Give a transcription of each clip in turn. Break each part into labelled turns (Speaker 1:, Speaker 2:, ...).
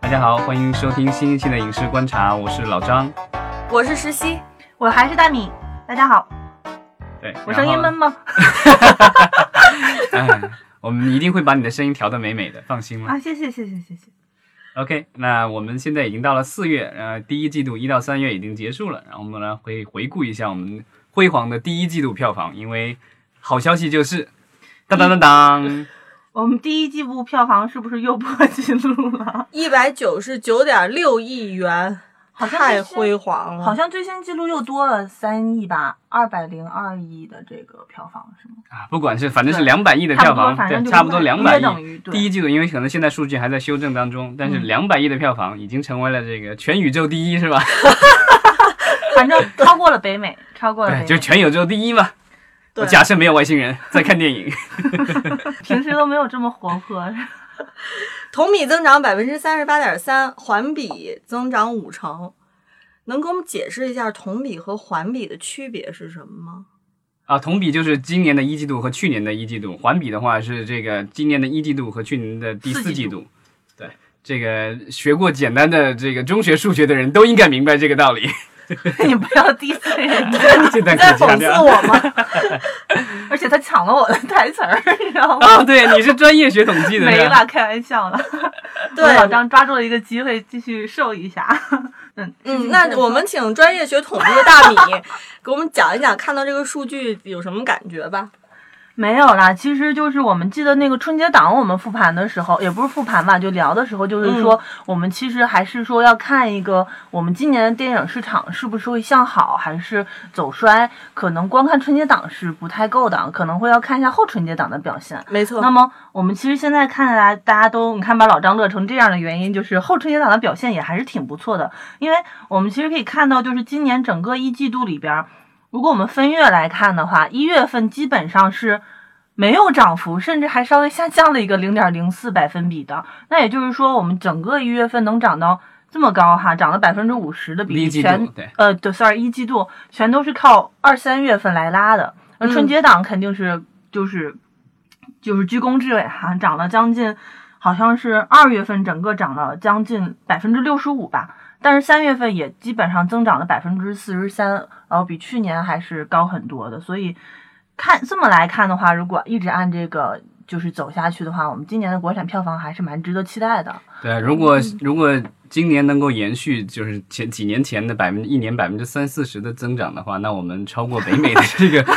Speaker 1: 大家好，欢迎收听新一期的《影视观察》，我是老张。
Speaker 2: 我是石溪，
Speaker 3: 我还是大米，大家好，
Speaker 1: 对，
Speaker 3: 我声音闷
Speaker 1: 然后
Speaker 3: 吗？
Speaker 1: 哎，我们一定会把你的声音调得美美的，放 心了。
Speaker 3: 啊，谢谢谢谢谢谢，
Speaker 1: OK，那我们现在已经到了四月，呃，第一季度一到三月已经结束了，然后我们呢会回顾一下我们辉煌的第一季度票房，因为好消息就是，当当当 当，
Speaker 3: 我们第一季度票房是不是又破纪录了？
Speaker 2: 一百九十九点六亿元，
Speaker 3: 好像
Speaker 2: 太
Speaker 3: 最新
Speaker 2: 辉煌 了。
Speaker 3: 好像最新记录又多了三亿吧，二百零二亿的这个票房是吗？
Speaker 1: 啊，不管是反正是两百亿的
Speaker 3: 差
Speaker 1: 票
Speaker 3: 不多，
Speaker 1: 房，
Speaker 3: 反
Speaker 1: 对，
Speaker 3: 正就
Speaker 1: 差不多两百
Speaker 3: 约等
Speaker 1: 亿。
Speaker 3: 于
Speaker 1: 第一
Speaker 3: 对，
Speaker 1: 季度因为可能现在数据还在修正当中，但是
Speaker 3: 嗯
Speaker 1: 两百亿的票房已经成为了这个全宇宙第一，是吧？
Speaker 3: 反正超过了北 美，超过了北
Speaker 1: 对，
Speaker 3: 美，
Speaker 1: 就是全宇宙第一嘛。
Speaker 2: 对
Speaker 1: 我假设没有外星人 在看电影，
Speaker 3: 平时都没有这么活 泼。
Speaker 2: 同比增长百分之三十八点三，环比增长五成。能给我们解释一下同比和环比的区别是什么吗？
Speaker 1: 啊，同比就是今年的一季度和去年的一季度，环比的话是这个今年的一季度和去年的第四
Speaker 3: 四季
Speaker 1: 季度。对，这个学过简单的这个中学数学的人都应该明白这个道理。
Speaker 3: 你不要 diss 人家，
Speaker 1: 现在
Speaker 2: 你在
Speaker 1: 可
Speaker 2: 讽
Speaker 1: 强
Speaker 2: 刺
Speaker 1: 调
Speaker 2: 我吗？
Speaker 3: 而且他抢了我的台词儿，你知道吗？
Speaker 1: 啊，对，你是专业学统计的
Speaker 3: 没
Speaker 1: 是吧？
Speaker 3: 啦，开玩笑的。
Speaker 2: 对
Speaker 3: 老张抓住了一个机会，继续受一下。嗯
Speaker 2: 嗯，那我们请专业学统计的大米 给我们讲一讲，看到这个数据有什么感觉吧？
Speaker 3: 没有啦，其实就是我们记得那个春节档，我们复盘的时候，也不是复盘吧，就聊的时候，就是说、我们其实还是说要看一个我们今年的电影市场是不是会向好，还是走衰。可能光看春节档是不太够的，可能会要看一下后春节档的表现。
Speaker 2: 没错
Speaker 3: 那，么我们其实现在看来，大家都你看把老张乐成这样的原因，就是后春节档的表现也还是挺不错的，因为我们其实可以看到，就是今年整个一季度里边儿，如果我们分月来看的话，一月份基本上是。没有涨幅，甚至还稍微下降了一个零点零四百分比的。那也就是说，我们整个一月份能涨到这么高哈，涨了百分之五十的比
Speaker 1: 第一
Speaker 3: 例，
Speaker 1: 季
Speaker 3: 全
Speaker 1: 度对，
Speaker 3: 呃，对，sorry，一季度全都是靠二三月份来拉的，而
Speaker 2: 嗯
Speaker 3: 春节档肯定是就是就是居功至伟哈，涨了将近，好像是二月份整个涨了将近百分之六十五吧，但是三月份也基本上增长了百分之四十三，然后比去年还是高很多的，所以看这么来看的话，如果一直按这个。就是走下去的话，我们今年的国产票房还是蛮值得期待的。
Speaker 1: 对，如果如果今年能够延续就是前几年前的百分一年百分之三四十的增长的话，那我们超过北美的这个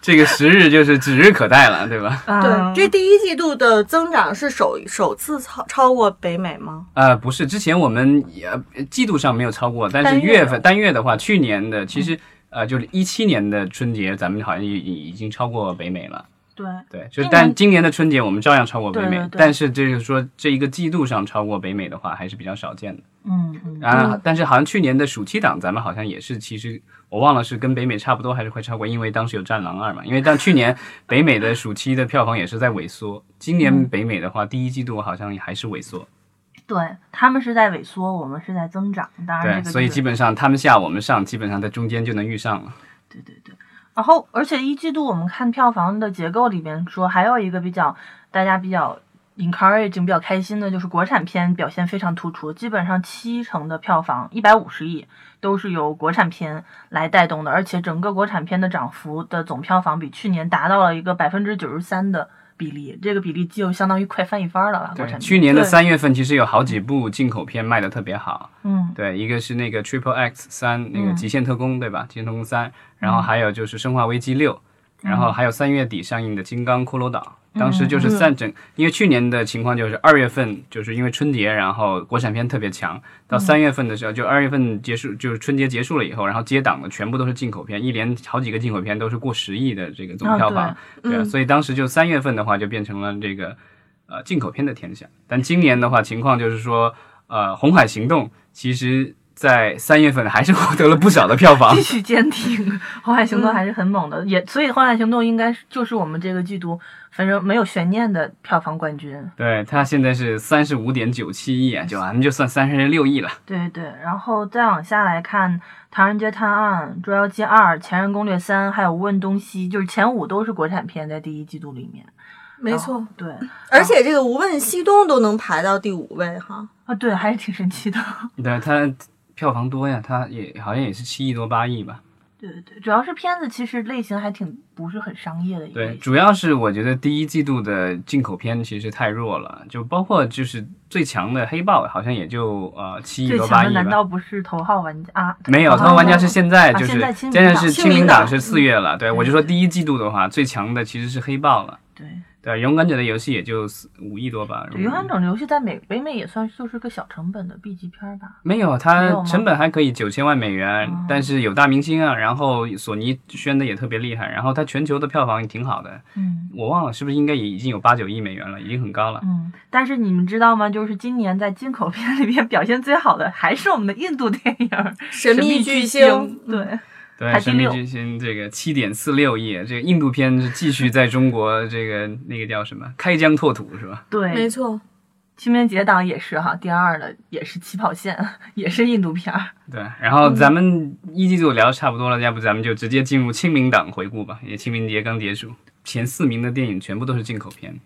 Speaker 1: 这个时日就是指日可待了，对吧？
Speaker 3: 嗯
Speaker 2: 对，这第一季度的增长是首首次超超过北美吗？
Speaker 1: 呃，不是，之前我们也呃季度上没有超过，但是
Speaker 3: 单月
Speaker 1: 月份单月的话，去年的其实、呃就是一七年的春节，咱们好像已已经超过北美了。
Speaker 3: 对，
Speaker 1: 对，就
Speaker 3: 今年
Speaker 1: 但今年的春节我们照样超过北美，
Speaker 3: 对对对
Speaker 1: 但是就是说这一个季度上超过北美的话，还是比较少见的。
Speaker 3: 嗯嗯，
Speaker 1: 啊，但是好像去年的暑期档，咱们好像也是，其实我忘了是跟北美差不多，还是会超过，因为当时有《战狼二》嘛。因为但去年北美的暑期的票房也是在萎缩，今
Speaker 3: 嗯
Speaker 1: 年北美的话，第一季度好像还是萎缩，
Speaker 3: 对，他们是在萎缩，我们是在增长。当
Speaker 1: 对
Speaker 3: 然，这个、，就是、
Speaker 1: 所以基本上他们下我们上，基本上在中间就能遇上了。
Speaker 3: 对对对。然后，而且一季度我们看票房的结构里边说，还有一个比较大家比较 encouraging、比较开心的，就是国产片表现非常突出，基本上七成的票房一百五十亿都是由国产片来带动的，而且整个国产片的涨幅的总票房比去年达到了一个百分之九十三的比例，这个比例就相当于快翻一番了吧？国
Speaker 1: 对，
Speaker 3: 产
Speaker 1: 去
Speaker 3: 片，
Speaker 1: 年的
Speaker 2: 对
Speaker 1: 三月份其实有好几部进口片卖的特别好，
Speaker 3: 嗯，
Speaker 1: 对，一个是那个 Triple X 三，那个
Speaker 3: 嗯
Speaker 1: 极限特工，对吧？极限特工三，然后还有就是生化危机六，然
Speaker 3: 嗯
Speaker 1: 后还有三月底上映的《金刚骷髅岛》。当时就是三整，因为去年的情况就是二月份，就是因为春节，然后国产片特别强。
Speaker 3: 嗯
Speaker 1: 到三月份的时候，就二月份结束，就是春节结束了以后，然后接档的全部都是进口片，一连好几个进口片都是过十亿的这个总
Speaker 3: 啊
Speaker 1: 票
Speaker 3: 对
Speaker 1: 房，对啊，
Speaker 2: 嗯
Speaker 1: 所以当时就三月份的话就变成了这个呃进口片的天下。但今年的话，情况就是说，呃，《红海行动》其实在三月份还是获得了不少的票房
Speaker 3: 继。续坚挺，《红海行动》还是很猛的，也所以《红海行动》应该是就是我们这个季度反正没有悬念的票房冠军。
Speaker 1: 对，它现在是三十五点九七亿啊，就咱们就算三十六亿了。
Speaker 3: 对对，然后再往下来看，唐人街探案》《捉妖记二》《前任攻略三》，还有《无问东西》，就是前五都是国产片，在第一季度里面。
Speaker 2: 没错，
Speaker 3: 对
Speaker 2: 哦而且这个无问西东都能排到第五位哈。
Speaker 3: 啊，对，还是挺神奇的。
Speaker 1: 对它票房多呀，它也好像也是七亿多八亿吧。
Speaker 3: 对对对，主要是片子其实类型还挺不是很商业的一个
Speaker 1: 对，
Speaker 3: 类型。
Speaker 1: 主要是我觉得第一季度的进口片其实太弱了，就包括就是最强的黑豹，好像也就呃七亿
Speaker 3: 最
Speaker 1: 多
Speaker 3: 强
Speaker 1: 八
Speaker 3: 的
Speaker 1: 亿
Speaker 3: 难
Speaker 1: 吧。
Speaker 3: 道不是头号玩家啊？
Speaker 1: 没有，头
Speaker 3: 头
Speaker 1: 号玩家是现在
Speaker 3: 啊
Speaker 1: 就是
Speaker 3: 现在清
Speaker 1: 现
Speaker 3: 明
Speaker 1: 在
Speaker 3: 档
Speaker 1: 是
Speaker 2: 清
Speaker 1: 清
Speaker 2: 明
Speaker 1: 明
Speaker 2: 档
Speaker 1: 档是四月了，对
Speaker 3: 嗯
Speaker 1: 我就说第一季度的话，最强的其实是黑豹了，
Speaker 3: 对，
Speaker 1: 对，勇敢者的游戏也就四五亿多吧。
Speaker 3: 对，《勇敢者游戏》在美北美也算是就是个小成本的 B 级片儿吧。
Speaker 1: 没有，
Speaker 3: 没有
Speaker 1: 它
Speaker 3: 吗
Speaker 1: 成本还可以九千万美元，
Speaker 3: 哦
Speaker 1: 但是有大明星啊，然后索尼宣的也特别厉害，然后它全球的票房也挺好的，
Speaker 3: 嗯
Speaker 1: 我忘了是不是应该也已经有八九亿美元了，已经很高了。
Speaker 3: 嗯，但是你们知道吗？就是今年在进口片里面表现最好的还是我们的印度电影《
Speaker 2: 神秘
Speaker 3: 秘
Speaker 2: 巨
Speaker 3: 星》。
Speaker 2: 嗯
Speaker 3: 对，
Speaker 1: 对，《
Speaker 3: 排第
Speaker 1: 神秘
Speaker 3: 六
Speaker 1: 巨星》这个七点四六亿，这个印度片是继续在中国这个那个叫什么开疆拓土是吧？
Speaker 2: 没
Speaker 3: 对，
Speaker 2: 错，
Speaker 3: 清明节档也是哈，第二的也是起跑线， 也是印度片儿。
Speaker 1: 对，然后咱们一季度聊得差不多了，要不咱们就直接进入清明档回顾吧，也清明节刚结束，前四名的电影全部都是进口片。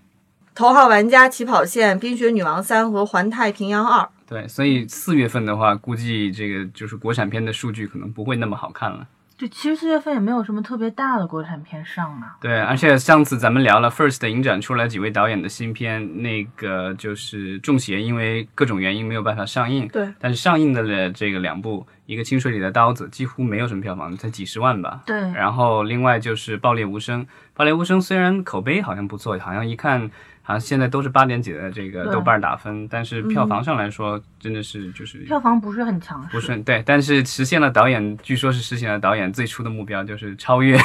Speaker 2: 头号玩家、起跑线、冰雪女王三和环太平洋二。
Speaker 1: 对，所以四月份的话，估计这个就是国产片的数据可能不会那么好看了。
Speaker 3: 对，其实四月份也没有什么特别大的国产片上啊嘛。
Speaker 1: 对，而且上次咱们聊了 First 的影展出来几位导演的新片，那个就是《中邪》，因为各种原因没有办法上映。
Speaker 2: 对，
Speaker 1: 但是上映的了这个两部，一个《清水里的刀子》几乎没有什么票房，才几十万吧。
Speaker 3: 对，
Speaker 1: 然后另外就是《爆裂无声》，《爆裂无声》虽然口碑好像不错，好像一看好像现在都是八点几的这个
Speaker 3: 对
Speaker 1: 豆瓣打分，但是票房上来说真的是就是
Speaker 3: 嗯票房不是很强势。
Speaker 1: 不是对，但是实现了导演，据说是实现了导演最初的目标，就是超 越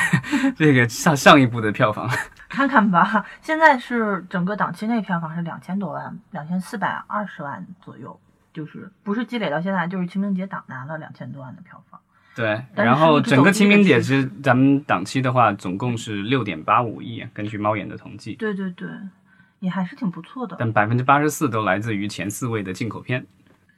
Speaker 1: 这个上上一部的票房。
Speaker 3: 看看吧，现在是整个档期内票房是两千多万，两千四百二十万左右，就是不是积累到现在，就是清明节档拿了两千多万的票房。
Speaker 1: 对，
Speaker 3: 但是
Speaker 1: 然
Speaker 3: 是
Speaker 1: 后
Speaker 3: 不是
Speaker 1: 整个
Speaker 3: 走低
Speaker 1: 清明
Speaker 3: 的
Speaker 1: 节
Speaker 3: 趋
Speaker 1: 是咱们档期的话，总共是六点八五亿，根据猫眼的统计，
Speaker 3: 对对对，也还是挺不错的，
Speaker 1: 但百分之八十四都来自于前四位的进口片。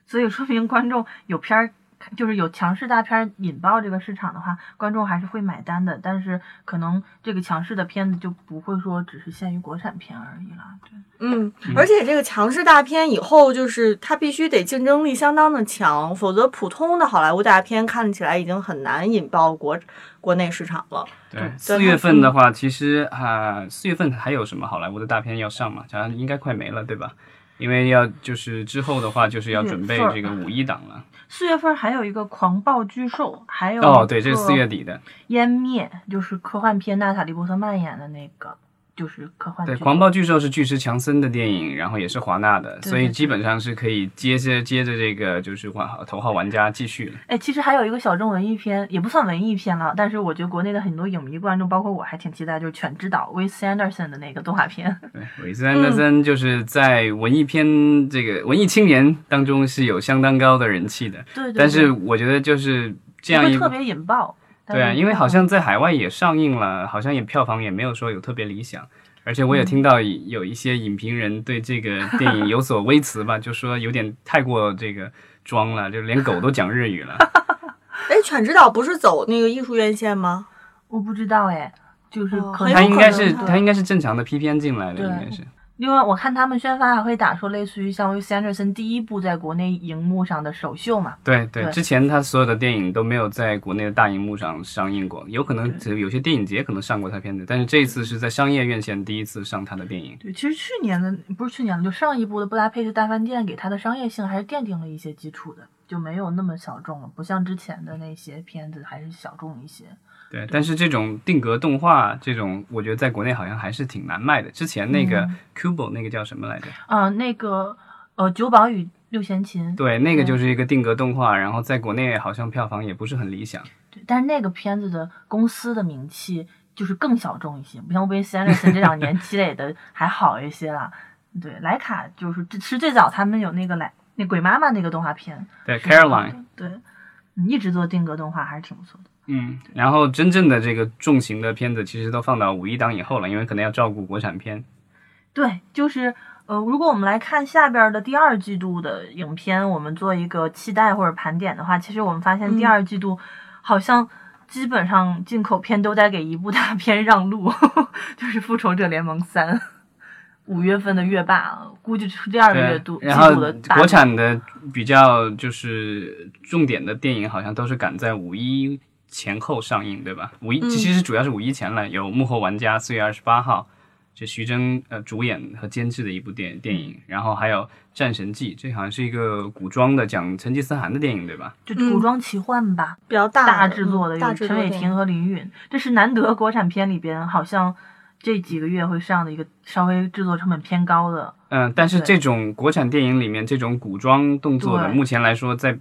Speaker 3: 所以说明观众有片儿。就是有强势大片儿引爆这个市场的话，观众还是会买单的，但是可能这个强势的片子就不会说只是限于国产片而已了。对，
Speaker 2: 嗯，而且这个强势大片以后就是它必须得竞争力相当的强，否则普通的好莱坞大片看起来已经很难引爆国国内市场了。
Speaker 1: 对
Speaker 3: 嗯对，
Speaker 1: 四月份的话，其实啊，四、月份还有什么好莱坞的大片要上嘛？好像应该快没了，对吧？因为要就是之后的话，就是要
Speaker 3: 月
Speaker 1: 准备
Speaker 3: 份儿
Speaker 1: 这个五一档了。
Speaker 3: 四月份还有一个《狂暴巨兽》，还有
Speaker 1: 哦，对，
Speaker 3: 一
Speaker 1: 这是
Speaker 3: 个
Speaker 1: 四月底的。
Speaker 3: 湮灭就是科幻片，娜塔莉波特曼演的那个，就是科幻
Speaker 1: 对，
Speaker 3: 剧
Speaker 1: 《狂暴巨兽》是巨石强森的电影，然后也是华纳的，
Speaker 3: 对
Speaker 1: 所以
Speaker 3: 对
Speaker 1: 基本上是可以接着接着这个就是玩头号玩家继续了。
Speaker 3: 哎，其实还有一个小众文艺片，也不算文艺片了，但是我觉得国内的很多影迷观众，包括我还挺期待，就是《犬之岛》威斯安德森的那个动画片。
Speaker 1: 对，韦斯
Speaker 3: 嗯
Speaker 1: 安德森就是在文艺片这个文艺青年当中是有相当高的人气的，
Speaker 3: 对对对，
Speaker 1: 但是我觉得就是这样
Speaker 3: 不会
Speaker 1: 一
Speaker 3: 特别引爆。但
Speaker 1: 对啊，
Speaker 3: 是
Speaker 1: 因为好像在海外也上映了，好像也票房也没有说有特别理想。而且我
Speaker 2: 嗯
Speaker 1: 也听到以有一些影评人对这个电影有所微词吧，就说有点太过这个装了，就连狗都讲日 语了。
Speaker 2: 哎，《犬之岛》不是走那个艺术院线吗？
Speaker 3: 我不知道哎，就是
Speaker 2: 哦
Speaker 3: 可
Speaker 2: 很有
Speaker 1: 他
Speaker 3: 能
Speaker 1: 应该是
Speaker 2: 可能
Speaker 1: 他应该是正常的 P 片进来的，
Speaker 3: 对
Speaker 1: 应该是
Speaker 3: 因为我看他们宣发还会打说，类似于像威斯安德森第一部在国内荧幕上的首秀嘛。
Speaker 1: 对对。
Speaker 3: 对
Speaker 1: 之前他所有的电影都没有在国内的大荧幕上上映过，有可能只有些电影节可能上过他片子，但是这一次是在商业院线第一次上他的电影。
Speaker 3: 对，其实去年的不是去年的，就上一部的《布达佩斯大饭店》给它的商业性还是奠定了一些基础的，就没有那么小众了，不像之前的那些片子还是小众一些。
Speaker 1: 对，但是这种定格动画这种，我觉得在国内好像还是挺难卖的。之前那
Speaker 3: 嗯
Speaker 1: 个 Cubo 那个叫什么来着？
Speaker 3: 啊、那个呃，《九宝与六弦琴》
Speaker 1: 对，那
Speaker 3: 嗯
Speaker 1: 个就是一个定格动画，然后在国内好像票房也不是很理想。
Speaker 3: 对，但是那个片子的公司的名气就是更小众一些，不像威斯安德森这两年积累的还好一些了。对，莱卡就是这是最早他们有那个莱那鬼妈妈那个动画片
Speaker 1: 对
Speaker 3: 是很好
Speaker 1: ，Caroline，
Speaker 3: 的对，嗯一直做定格动画还是挺不错的。
Speaker 1: 嗯，然后真正的这个重型的片子其实都放到五一档以后了，因为可能要照顾国产片。
Speaker 3: 对，就是呃，如果我们来看下边儿的第二季度的影片，我们做一个期待或者盘点的话，其实我们发现第
Speaker 2: 嗯
Speaker 3: 二季度好像基本上进口片都在给一部大片让路， 就是《复仇者联盟三》。五月份的月霸，估计是第二个月
Speaker 1: 对
Speaker 3: 度，季
Speaker 1: 然后
Speaker 3: 度的大
Speaker 1: 国
Speaker 3: 片
Speaker 1: 产的比较就是重点的电影，好像都是赶在五一前后上映，对吧？五一、
Speaker 2: 嗯
Speaker 1: 其实主要是五一前了，有《幕后玩家》四月二十八号，是徐峥呃主演和监制的一部电电影，然后还有《战神纪》，这好像是一个古装的讲成吉思汗的电影，对吧？
Speaker 3: 就
Speaker 2: 嗯
Speaker 3: 古装奇幻吧，
Speaker 2: 比较嗯大
Speaker 3: 大
Speaker 2: 大
Speaker 3: 制作的，
Speaker 2: 大
Speaker 3: 有
Speaker 2: 制
Speaker 3: 陈
Speaker 2: 作
Speaker 3: 伟
Speaker 2: 电
Speaker 3: 霆
Speaker 2: 影
Speaker 3: 和林允，这是难得国产片里边好像这几个月会上的一个稍微制作成本偏高的。
Speaker 1: 嗯，但是
Speaker 3: 对
Speaker 1: 这种国产电影里面这种古装动作的，
Speaker 3: 对
Speaker 1: 目前来说在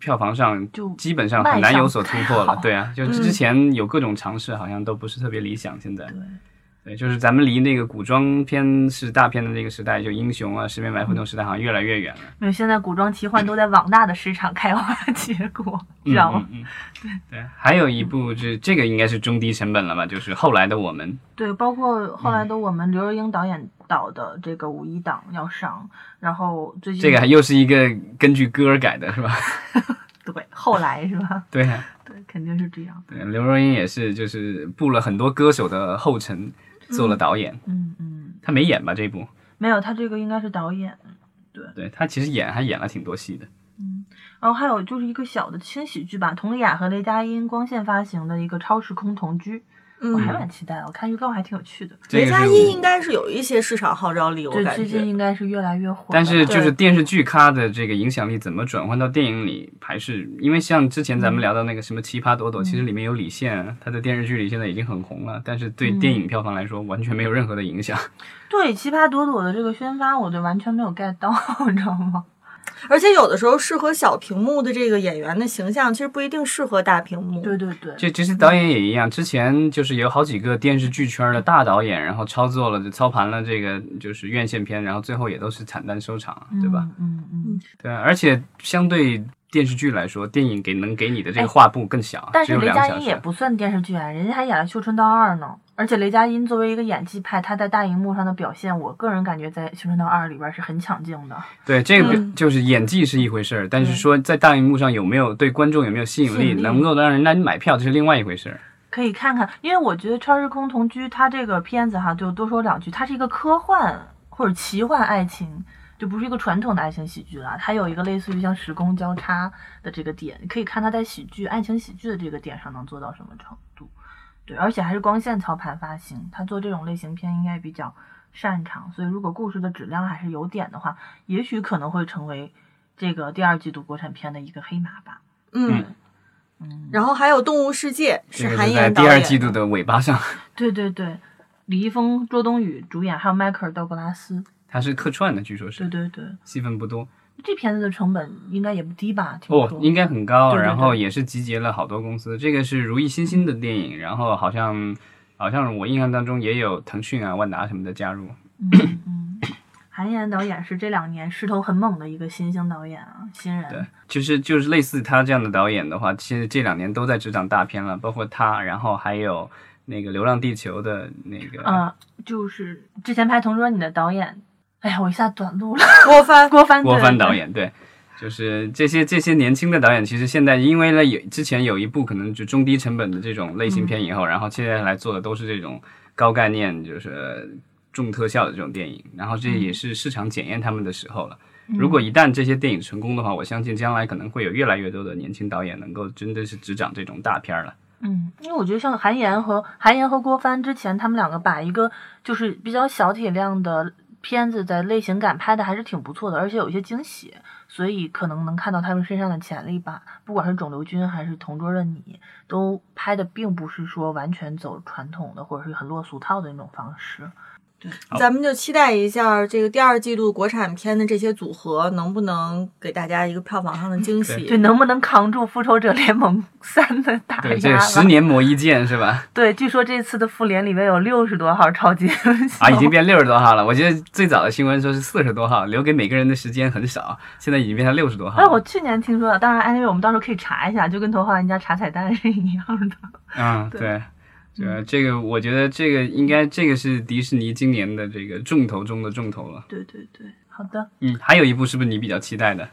Speaker 1: 票房上
Speaker 3: 就
Speaker 1: 基本上很难有所突破
Speaker 3: 卖相不太
Speaker 1: 了
Speaker 3: 好。
Speaker 1: 对啊，就
Speaker 2: 嗯
Speaker 1: 之前有各种尝试，好像都不是特别理想。现在，
Speaker 3: 对
Speaker 1: 对，就是咱们离那个古装片是大片的这个时代，就英雄啊、十面
Speaker 3: 嗯
Speaker 1: 埋伏那种时代，好像越来越远了。
Speaker 3: 因为现在古装奇幻都在网大的市场开花结 果，知道吗？
Speaker 1: 嗯嗯嗯对，还有一部是这个应该是中低成本了吧，就是后来的我们，
Speaker 3: 对，包括后
Speaker 1: 嗯
Speaker 3: 来的我们刘若英导演导的这个五一档要上，然后最近
Speaker 1: 这个又是一个根据歌改的是吧？
Speaker 3: 对后来是吧？
Speaker 1: 对啊。
Speaker 3: 对，肯定是这样。
Speaker 1: 对，刘若英也是，就是步了很多歌手的后尘，做了导演。
Speaker 3: 嗯嗯，
Speaker 1: 她没演吧这一部？
Speaker 3: 没有，他这个应该是导演。
Speaker 1: 对她其实演还演了挺多戏的。
Speaker 3: 然后还有就是一个小的轻喜剧吧，佟丽娅和雷佳音光线发行的一个超时空同居，我还
Speaker 2: 嗯，
Speaker 3: 蛮期待的，我看预告还挺有趣的。
Speaker 1: 这
Speaker 2: 雷
Speaker 1: 个
Speaker 2: 佳
Speaker 1: 是
Speaker 2: 音
Speaker 1: 我
Speaker 2: 应该是有一些市场号召力，我
Speaker 3: 对，
Speaker 2: 感
Speaker 3: 最近
Speaker 2: 觉。
Speaker 3: 应该是越来越火了吧。
Speaker 1: 但是
Speaker 2: 对
Speaker 1: 就是电视剧咖的这个影响力怎么转换到电影里，还是因为像之前咱
Speaker 2: 嗯
Speaker 1: 们聊到那个什么《奇葩朵朵》，其实里面有李现，啊她在电视剧里现在已经很红了，但是对
Speaker 2: 嗯
Speaker 1: 电影票房来说完全没有任何的影响。
Speaker 3: 对奇葩朵朵的这个宣发，我就完全没有 get 到， 你知道吗？
Speaker 2: 而且有的时候适合小屏幕的这个演员的形象，其实不一定适合大屏幕。
Speaker 3: 对对对，
Speaker 1: 就其实导演也一样，之前就是有好几个电视剧圈的大导演，然后操作了、操盘了这个就是院线片，然后最后也都是惨淡收场，啊对吧？？
Speaker 3: 嗯嗯嗯。
Speaker 1: 对，啊而且相对电视剧来说，电影给能给你的这个画布更小，
Speaker 3: 哎
Speaker 1: 啊
Speaker 3: 但
Speaker 1: 只
Speaker 3: 是
Speaker 1: 有
Speaker 3: 雷
Speaker 1: 两
Speaker 3: 佳
Speaker 1: 个小
Speaker 3: 音也
Speaker 1: 时。
Speaker 3: 不算电视剧啊，人家还演了《绣春刀二》呢。而且雷佳音作为一个演技派，他在大荧幕上的表现，我个人感觉在《绣春刀二》里边是很抢镜的。
Speaker 1: 对，这个
Speaker 2: 嗯
Speaker 1: 就是演技是一回事儿，但是
Speaker 3: 对
Speaker 1: 说在大荧幕上有没有对观众有没有吸引
Speaker 3: 嗯吸
Speaker 1: 力，
Speaker 3: 引力
Speaker 1: 能够让人来买票，这是另外一回事儿。
Speaker 3: 可以看看，因为我觉得《超时空同居》它这个片子哈，就多说两句，它是一个科幻或者奇幻爱情，就不是一个传统的爱情喜剧了。它有一个类似于像时空交叉的这个点，可以看它在喜剧、爱情喜剧的这个点上能做到什么程度。对，而且还是光线操盘发行，它做这种类型片应该比较擅长，所以如果故事的质量还是有点的话，也许可能会成为这个第二季度国产片的一个黑马吧。
Speaker 2: 嗯，
Speaker 3: 嗯，
Speaker 2: 然后还有《动物世界》
Speaker 1: 这
Speaker 2: 是
Speaker 1: 个
Speaker 2: 韩
Speaker 1: 是在
Speaker 2: 延
Speaker 1: 第
Speaker 2: 导演
Speaker 1: 二季度的尾巴上，
Speaker 3: 对对对，李易峰、周冬雨主演，还有迈克尔·道格拉斯。
Speaker 1: 它是客串的，据说
Speaker 3: 对
Speaker 1: 是
Speaker 3: 对对，
Speaker 1: 戏份不多
Speaker 3: 这片子的成本应该也不低吧？听
Speaker 1: 哦
Speaker 3: 说，
Speaker 1: 应该很高，
Speaker 3: 对对对
Speaker 1: 然后也是集结了好多公司。这个是如意新星的电影，然后好像好像我印象当中也有腾讯啊、万达什么的加入。
Speaker 3: 嗯嗯，韩延导演是这两年势头很猛的一个新兴导演啊，新
Speaker 1: 对
Speaker 3: 人。，
Speaker 1: 就是就是类似他这样的导演的话，其实这两年都在执掌大片了，包括他，然后还有那个《流浪地球》的那个，
Speaker 3: 呃，就是之前拍《同桌你的导演，哎呀，我一下短路了。
Speaker 2: 郭帆，
Speaker 3: 郭帆，
Speaker 1: 郭
Speaker 3: 对
Speaker 1: 帆
Speaker 3: 对
Speaker 1: 导演，对，就是这些这些年轻的导演，其实现在因为呢有之前有一部可能就中低成本的这种类型
Speaker 3: 嗯
Speaker 1: 片以后，然后接下来做的都是这种高概念，就是重特效的这种电影，然后这
Speaker 3: 嗯
Speaker 1: 也是市场检验他们的时候了。如果一旦这些电影成功的话，我相信将来可能会有越来越多的年轻导演能够真的是执掌这种大片儿了。
Speaker 3: 嗯，因为我觉得像韩延和韩延和郭帆之前，他们两个把一个就是比较小体量的片子的类型感拍的还是挺不错的，而且有一些惊喜，所以可能能看到他们身上的潜力吧。不管是《肿瘤君》还是《同桌的你》，都拍的并不是说完全走传统的或者是很落俗套的那种方式。
Speaker 1: 好
Speaker 2: 咱们就期待一下这个第二季度国产片的这些组合能不能给大家一个票房上的惊
Speaker 3: 对，
Speaker 2: 喜。
Speaker 3: 能不能扛住《复仇者联盟三》的打压
Speaker 1: 对，这十
Speaker 3: 了？
Speaker 1: 年磨一剑是吧？
Speaker 3: 对，据说这次的复联里面有六十多号超级英雄
Speaker 1: 啊，已经变六十多号了。我记得最早的新闻说是四十多号，留给每个人的时间很少，现在已经变成六十多号
Speaker 3: 哎，我
Speaker 1: 了。
Speaker 3: 去年听说的，当然，anyway，我们到时候可以查一下，就跟头号玩家查彩蛋是一样的。
Speaker 1: 嗯，
Speaker 3: 对
Speaker 1: 对。对吧？这个我觉得这个应该这个是迪士尼今年的这个重头中的重头了。
Speaker 3: 对 对对，好的。
Speaker 1: 嗯，还有一部是不是你比较期待的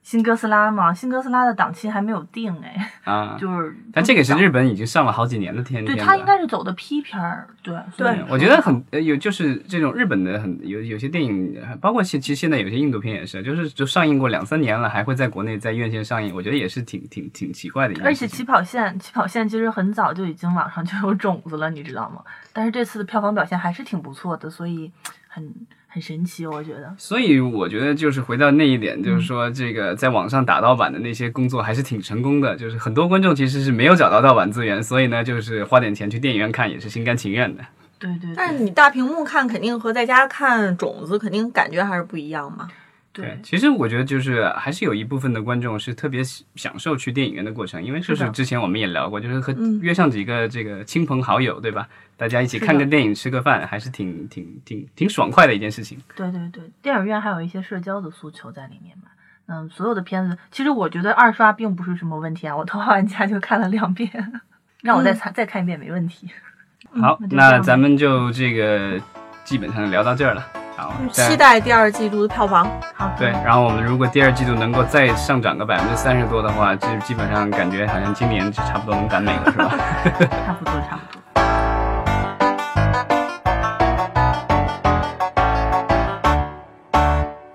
Speaker 3: 新哥斯拉嘛，新哥斯拉的档期还没有定哎，
Speaker 1: 啊？
Speaker 3: 就是
Speaker 1: 但这个是日本已经上了好几年的天
Speaker 3: 对
Speaker 1: 片
Speaker 3: 他应
Speaker 1: 了。
Speaker 3: 该是走的 P 片儿，对
Speaker 2: 对
Speaker 1: 嗯我觉得很呃有，就是这种日本的很有有些电影，呃包括现其实现在有些印度片也是，就是就上映过两三年了，还会在国内在院线上映，我觉得也是挺挺挺奇怪的一件
Speaker 3: 而且
Speaker 1: 事情
Speaker 3: 起跑线，起跑线其实很早就已经网上就有种子了，你知道吗？但是这次的票房表现还是挺不错的，所以很很神奇，我觉得。
Speaker 1: 所以我觉得就是回到那一点，
Speaker 3: 嗯
Speaker 1: 就是说这个在网上打盗版的那些工作还是挺成功的，就是很多观众其实是没有找到盗版资源，所以呢，就是花点钱去电影院看也是心甘情愿的。
Speaker 3: 对对
Speaker 2: 但是
Speaker 3: 对
Speaker 2: 你大屏幕看肯定和在家看种子肯定感觉还是不一样嘛。
Speaker 3: 对，
Speaker 1: 其实我觉得就是还是有一部分的观众是特别喜享受去电影院的过程，因为就是是
Speaker 3: 的
Speaker 1: 之前我们也聊过，就是和
Speaker 2: 嗯
Speaker 1: 约上几个这个亲朋好友，对吧？大家一起
Speaker 3: 是的
Speaker 1: 看个电影、吃个饭，还是挺挺挺挺爽快的一件事情。
Speaker 3: 对对对，电影院还有一些社交的诉求在里面嘛。嗯，所有的片子，其实我觉得二刷并不是什么问题啊，我《头号玩家》就看了两遍， 让我再看、再看一遍没问题。
Speaker 1: 好
Speaker 3: 嗯那，就这样
Speaker 1: 那
Speaker 3: 吧
Speaker 1: 咱们就这个基本上聊到这儿了。好，
Speaker 3: 嗯
Speaker 1: 再
Speaker 2: 期待第二季度的票房。
Speaker 3: 好的，
Speaker 1: 对，然后我们如果第二季度能够再上涨个百分之三十多的话，这基本上感觉好像今年就差不多能赶美了，是吧？
Speaker 3: 差不多差不多。